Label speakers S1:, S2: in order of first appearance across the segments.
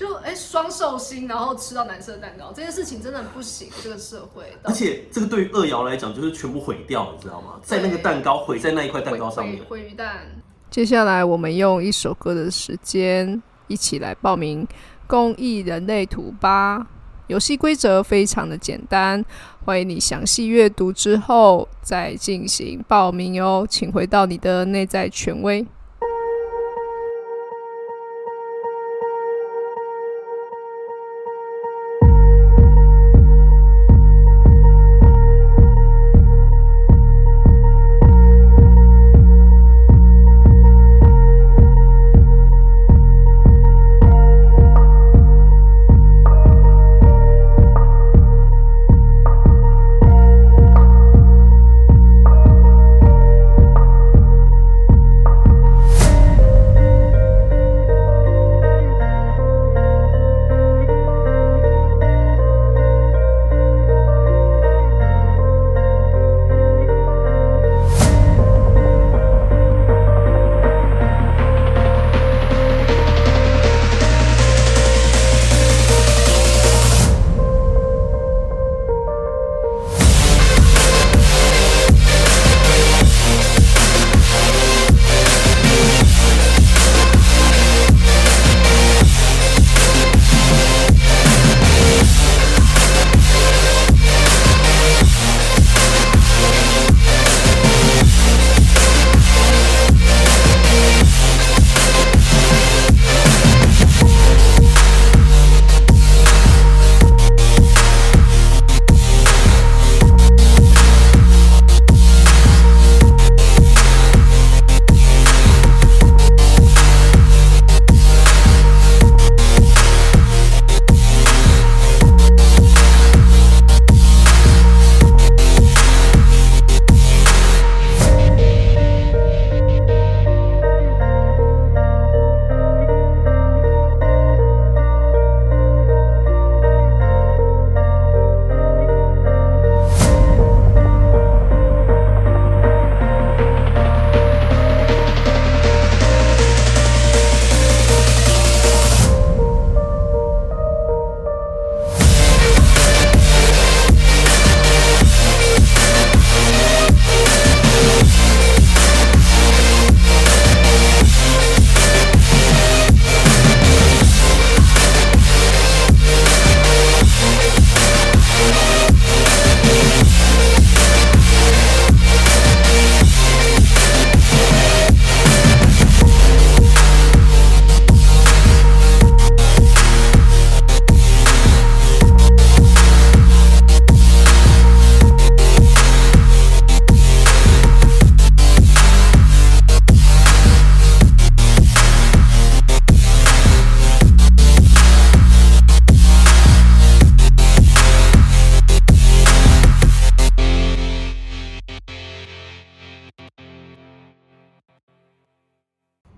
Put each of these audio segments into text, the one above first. S1: 就哎双寿星，然后吃到男生的蛋糕，这件事情真的很不行，这个社会。
S2: 而且这个对于二瑶来讲，就是全部毁掉，你知道吗？在那个蛋糕毁在那一块蛋糕上面
S1: 毁。毁鱼蛋，
S3: 接下来我们用一首歌的时间，一起来报名公益人类图吧。游戏规则非常的简单，欢迎你详细阅读之后再进行报名哟。请回到你的内在权威。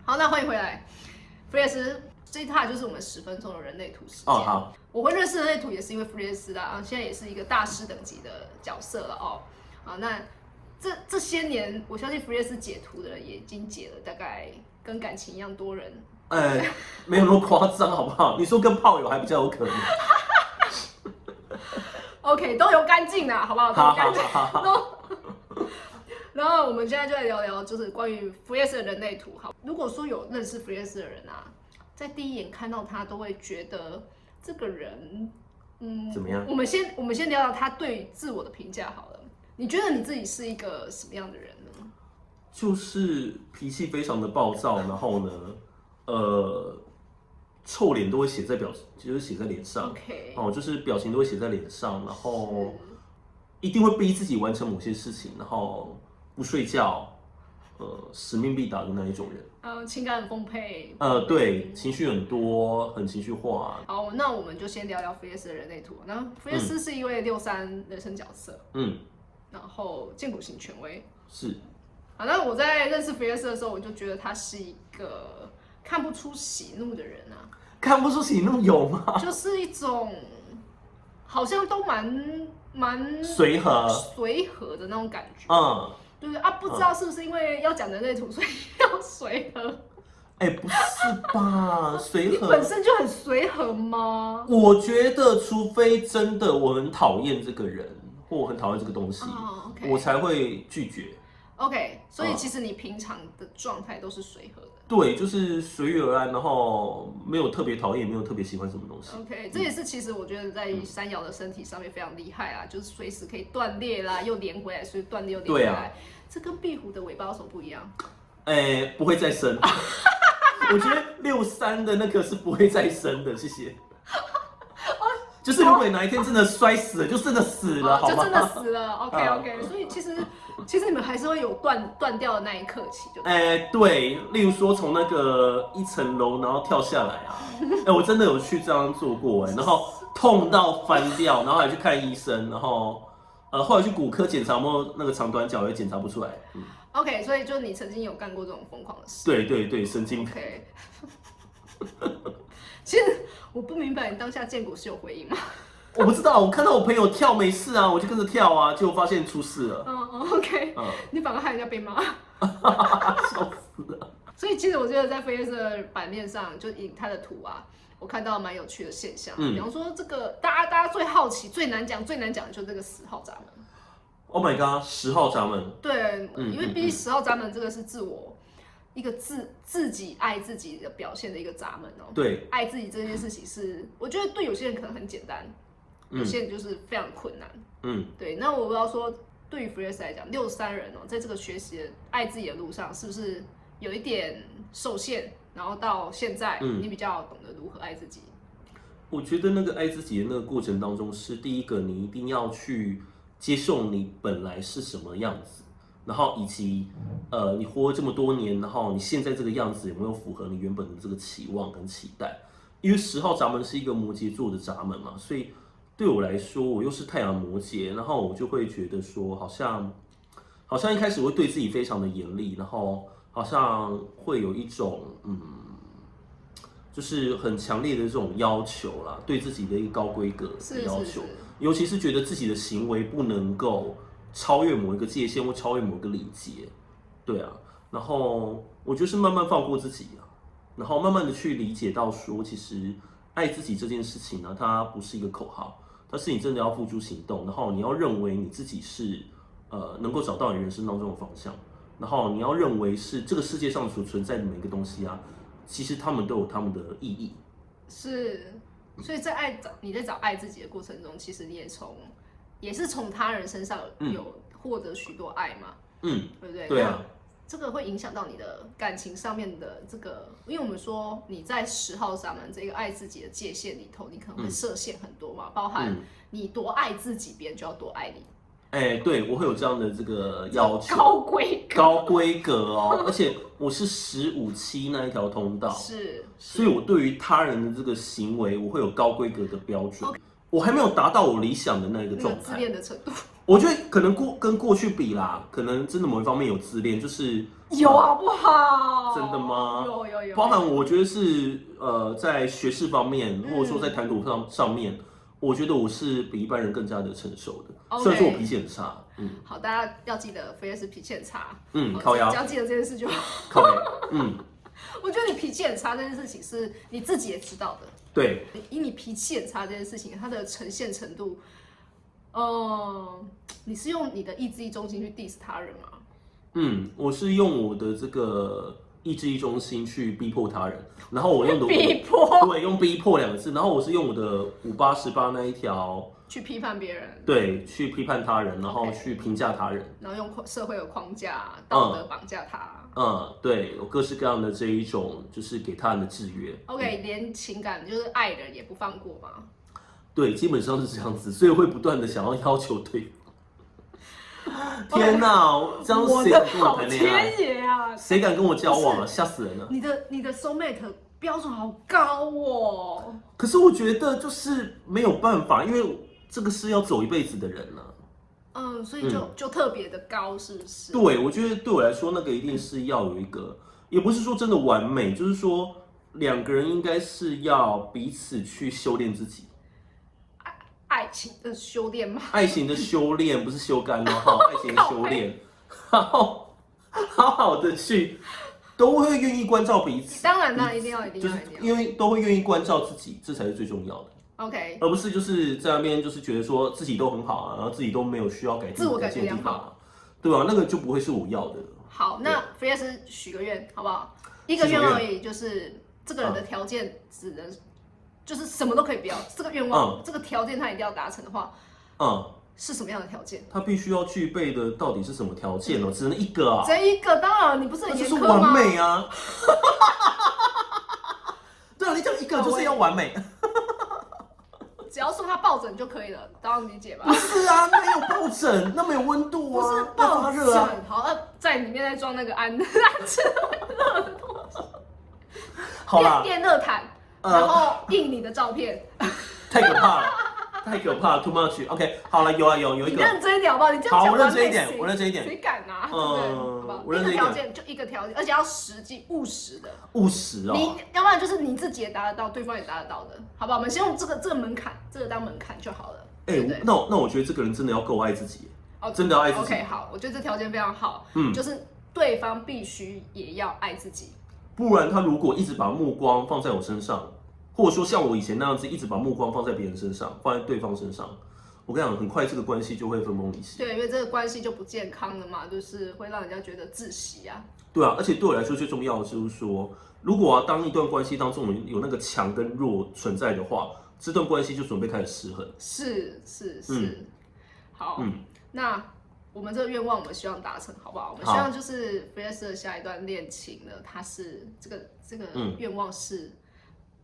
S1: 好，那欢迎回来，弗列斯。这一踏就是我们十分钟的人类图时间。
S2: 哦，好，
S1: 我会认识人类图也是因为弗列斯啦，啊，现在也是一个大师等级的角色了哦。啊，那这这些年，我相信弗列斯解图的人也已经解了大概跟感情一样多人。
S2: 呃，没有那么夸张，好不好？你说跟炮友还比较有可能。
S1: OK，都有干净啊啦，好不好？都
S2: 好
S1: 有
S2: 好
S1: 干净。
S2: 好好，
S1: No 然后我们现在就来聊聊，就是关于弗列斯的人类图。好，如果说有认识弗列斯的人啊，在第一眼看到他都会觉得这个人，嗯，
S2: 怎么样？
S1: 我们先我们先聊聊他对自我的评价好了。你觉得你自己是一个什么样的人呢？
S2: 就是脾气非常的暴躁，然后呢，呃，臭脸都会写在表，就是哦写在脸上。
S1: OK，
S2: 哦，就是表情都会写在脸上，然后一定会逼自己完成某些事情，然后不睡觉，呃，使命必达的那一种人。
S1: 嗯，情感很丰沛。
S2: 呃，对，情绪很多，很情绪化。
S1: 好，那我们就先聊聊弗列斯的人类图。那弗列斯是一位六三人生角色，
S2: 嗯，
S1: 然后建骨型权威。
S2: 是，
S1: 好，那我在认识弗列斯的时候，我就觉得他是一个看不出喜怒的人 啊，
S2: 看不出喜怒有吗？
S1: 就是一种好像都蛮蛮
S2: 随和，
S1: 随和的那种感觉。
S2: 嗯，
S1: 对啊，不知道是不是因为要讲人类图，所以要随和。
S2: 哎，不 是吧？随
S1: 你
S2: 和
S1: 本身就很随和吗？
S2: 我觉得，除非真的我很讨厌这个人，或我很讨厌这个东西，
S1: 哦，OK
S2: 我才会拒绝。
S1: OK，所以
S2: 嗯
S1: 其实你平常的状态都是随和的。
S2: 对，就是随遇而安，然后没有特别讨厌，也没有特别喜欢什么东西。
S1: OK，这也是其实我觉得在
S2: 嗯
S1: 山瑶的身体上面非常厉害啊，就是随时可以断裂啦，又连回来，所以断裂又连回
S2: 对啊
S1: 来。这跟壁虎的尾巴有什么不一样？
S2: 哎、不会 再生。我觉得六三的那个是不会再生的，谢谢。就是如果你哪一天真的摔死了，就真的死了，
S1: 哦
S2: 好
S1: 就
S2: 吗
S1: 真？的死 了。OK
S2: 嗯
S1: OK，、所以其实其实你们还是会有断断掉的那一刻起，就
S2: 哎、对，例如说从那个一层楼然后跳下来啊，哎、我真的有去这样做过哎、然后痛到翻掉，然后还去看医生，然后呃后来去骨科检查，有没有那个长短脚也检查不出来。嗯，
S1: OK。所以就你曾经有干过这种疯狂的事。
S2: 对对对，神经病。
S1: OK，其实我不明白你当下见骨是有回应吗？
S2: 我不知道，我看到我朋友跳没事啊，我就跟着跳啊，结果发现出事了。
S1: 嗯、哦 OK，
S2: 嗯，
S1: 你反而害人家被骂。
S2: 笑死了。
S1: 所以其实我觉得在飞 s 的版面上，就以它的图啊，我看到蛮有趣的现象。啊
S2: 嗯
S1: 比方说这个，大家大家最好奇、最难讲、最难讲的就是这个十号闸门。
S2: Oh my god，十号闸门，
S1: 对，
S2: 嗯
S1: 因为毕竟十号闸门这个是自我一个自自己爱自己的表现的一个闸门哦。
S2: 对，
S1: 爱自己这件事情是，我觉得对有些人可能很简单，有
S2: 嗯
S1: 些人就是非常困难。
S2: 嗯，
S1: 对，那我不知道说，对于 Freeze 来讲，六三人哦，在这个学习的爱自己的路上，是不是有一点受限？然后到现在，
S2: 嗯
S1: 你比较懂得如何爱自己。
S2: 我觉得那个爱自己的那个过程当中，是第一个，你一定要去接受你本来是什么样子，然后以及呃，你活了这么多年，然后你现在这个样子有没有符合你原本的这个期望跟期待？因为十号闸门是一个摩羯座的闸门嘛，所以对我来说，我又是太阳摩羯，然后我就会觉得说，好像嗯好像一开始会对自己非常的严厉，然后好像会有一种嗯。就是很强烈的这种要求啦，对自己的一个高规格的
S1: 是
S2: 要
S1: 是
S2: 求
S1: 是，
S2: 尤其是觉得自己的行为不能够超越某一个界限或超越某一个礼节，对啊。然后我就是慢慢放过自己啊，然后慢慢的去理解到说，其实爱自己这件事情呢，它不是一个口号，它是你真的要付诸行动，然后你要认为你自己是呃能够找到你人生当中的方向，然后你要认为是这个世界上所存在的每一个东西啊，其实他们都有他们的意义。
S1: 是，所以在爱找你在找爱自己的过程中，其实你也从也是从他人身上
S2: 嗯
S1: 有获得许多爱嘛，
S2: 嗯，
S1: 对不对？
S2: 对啊，
S1: 这个会影响到你的感情上面的这个，因为我们说你在十号闸门这个爱自己的界限里头，你可能会
S2: 嗯
S1: 设限很多嘛，包含
S2: 嗯，
S1: 你多爱自己，别人就要多爱你，
S2: 哎、对我会有这样的这个要求。
S1: 高规格
S2: 高规格 哦，而且我是十五期那一条通道，
S1: 是
S2: 所以我对于他人的这个行为，我会有高规格的标准。我还没有达到我理想的那一个
S1: 那个
S2: 状
S1: 自
S2: 态，
S1: 恋的程度
S2: 我觉得可能过跟过去比啦，可能真的某一方面有自恋，就是
S1: 有好不好？
S2: 真的吗
S1: 有有有，
S2: 包含我觉得是呃，在学识方面，
S1: 嗯
S2: 或者说在谈吐上上面，我觉得我是比一般人更加的成熟的。
S1: OK
S2: 虽然说我脾气很差，嗯
S1: 好，大家要记得菲尔斯脾气很差，
S2: 嗯，
S1: 好
S2: 靠腰
S1: 只要记得这件事就好。
S2: 靠背， 嗯，
S1: 我觉得你脾气很差这件事情是你自己也知道的，
S2: 对，
S1: 以你脾气很差这件事情，它的呈现程度，嗯，你是用你的意志力中心去 diss 他人吗？
S2: 嗯，我是用我的这个意志力中心去逼迫他人，然后我用的
S1: 逼迫
S2: 对，用逼迫两个字，然后我是用我的五八十八那一条，
S1: 去批判别人，
S2: 对，去批判他人，然后
S1: OK
S2: 去评价他人，
S1: 然后用框社会的框架、道德绑架他。
S2: 嗯，对，有各式各样的这一种就是给他人的制约嗯
S1: OK，连情感就是爱人也不放过嘛。
S2: 对，基本上是这样子，所以会不断的想要要求对方。天哪，这样谁敢跟我谈恋爱？
S1: 野啊！
S2: 谁敢跟我交往
S1: 不
S2: 啊？吓死人了！
S1: 你的你的 soul mate 标准好高哦。
S2: 可是我觉得就是没有办法，因为这个是要走一辈子的人呢、啊
S1: 嗯，所以就、就特别的高，是不是？
S2: 对，我觉得对我来说，那个一定是要有一个，也不是说真的完美，就是说两个人应该是要彼此去修炼自己，
S1: 爱情的修炼嘛，
S2: 爱情的修炼 不是修干哦，哈，爱情的修炼，好好好的去都会愿意关照彼此，
S1: 当然，当然一定要，一定
S2: 就
S1: 要，
S2: 是
S1: 一定要。
S2: 因为都会愿意关照自己，这才是最重要的，
S1: OK，
S2: 而不是就是在那边就是觉得说自己都很好啊，然后自己都没有需要改进
S1: 自我
S2: 改
S1: 感觉
S2: 进的
S1: 良
S2: 地
S1: 好
S2: 方啊，对吧、那个就不会是我要的。
S1: 好，那 f r e s 许个愿好不好？一个
S2: 许什
S1: 愿
S2: 么
S1: 望而已，就是这个人的条件只能、就是什么都可以不要，这个愿望、这个条件他一定要达成的话，
S2: 嗯，
S1: 是什么样的条件？
S2: 他必须要具备的到底是什么条件呢、只能一个啊，
S1: 嗯这一个当然你不是
S2: 那
S1: 很
S2: 就
S1: 严
S2: 是
S1: 苛
S2: 完
S1: 吗？
S2: 美啊。 对啊，你讲一个就是要完美，
S1: 只要说他抱枕就可以了，当然理解吧
S2: 不。是啊，没有抱枕，那没有温度
S1: 不
S2: 啊，
S1: 是
S2: 要
S1: 抱
S2: 发
S1: 枕，
S2: 热啊，
S1: 好，呃，在里面再装那个安
S2: 好啦，
S1: 电电热毯，
S2: 呃
S1: 然后印你的照片，
S2: 太可怕了，太可怕了，too much。OK，好了，有啊有有一
S1: 你
S2: 个，
S1: 认真一点好不好？你这样
S2: 好
S1: 讲
S2: 我认
S1: 完
S2: 真一
S1: 美
S2: 点
S1: 谁
S2: 我认真一点
S1: 谁敢啊？对不对？
S2: 嗯
S1: 好吧，
S2: 我认
S1: 一个条
S2: 真一点
S1: 件就一个条件，而且要实际务实的。
S2: 务实哦。
S1: 你要不然就是你自己也达得到，对方也达得到的，好不好？我们先用这个这个门槛，这个当门槛就好了，
S2: 哎、
S1: 对不对？
S2: 那我那我觉得这个人真的要够爱自己，
S1: 哦
S2: 真的要爱自己。
S1: OK，好，我觉得这条件非常好，
S2: 嗯
S1: 就是对方必须也要爱自己，
S2: 不然他如果一直把目光放在我身上，或者说像我以前那样子，一直把目光放在别人身上，放在对方身上，我跟你讲，很快这个关系就会分崩离析。
S1: 对，因为这个关系就不健康了嘛，就是会让人家觉得窒息啊。
S2: 对啊，而且对我来说最重要的就是说，如果啊，当一段关系当中有有那个强跟弱存在的话，这段关系就准备开始失衡。
S1: 是是是，
S2: 嗯
S1: 好，
S2: 嗯
S1: 那我们这个愿望我们希望达成，好不好？我们希
S2: 好
S1: 望就是 f r e s 的下一段恋情呢，它是这个这个
S2: 嗯
S1: 愿望是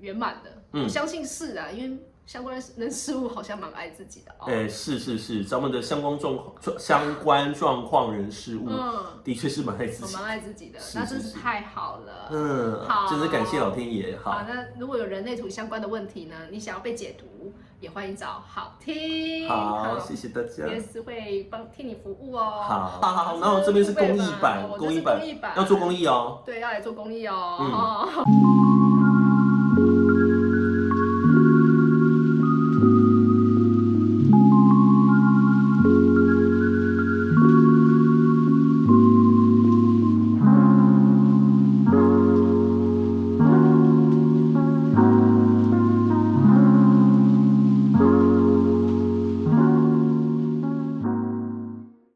S1: 圆满的，
S2: 嗯
S1: 我相信是啊，因为相关人事物好像蛮爱自己的哦。
S2: 哎、是是是，咱们的相关状况、相关状况人事物，
S1: 嗯，
S2: 的确是蛮爱自
S1: 我
S2: 己
S1: 蛮。爱自己的，
S2: 是
S1: 那
S2: 是
S1: 真是
S2: 是
S1: 太好了。
S2: 嗯
S1: 好，
S2: 真是感谢老天爷。好
S1: 好，，那如果有人类图相关的问题呢，你想要被解读，也欢迎找好听。
S2: 好，谢谢大家。
S1: 也是会帮替你服务哦。
S2: 好，好好，然后这边是公益版，
S1: 公
S2: 益版
S1: 益版
S2: 要做公益哦。
S1: 对，要来做公益哦。
S2: 嗯
S1: 哦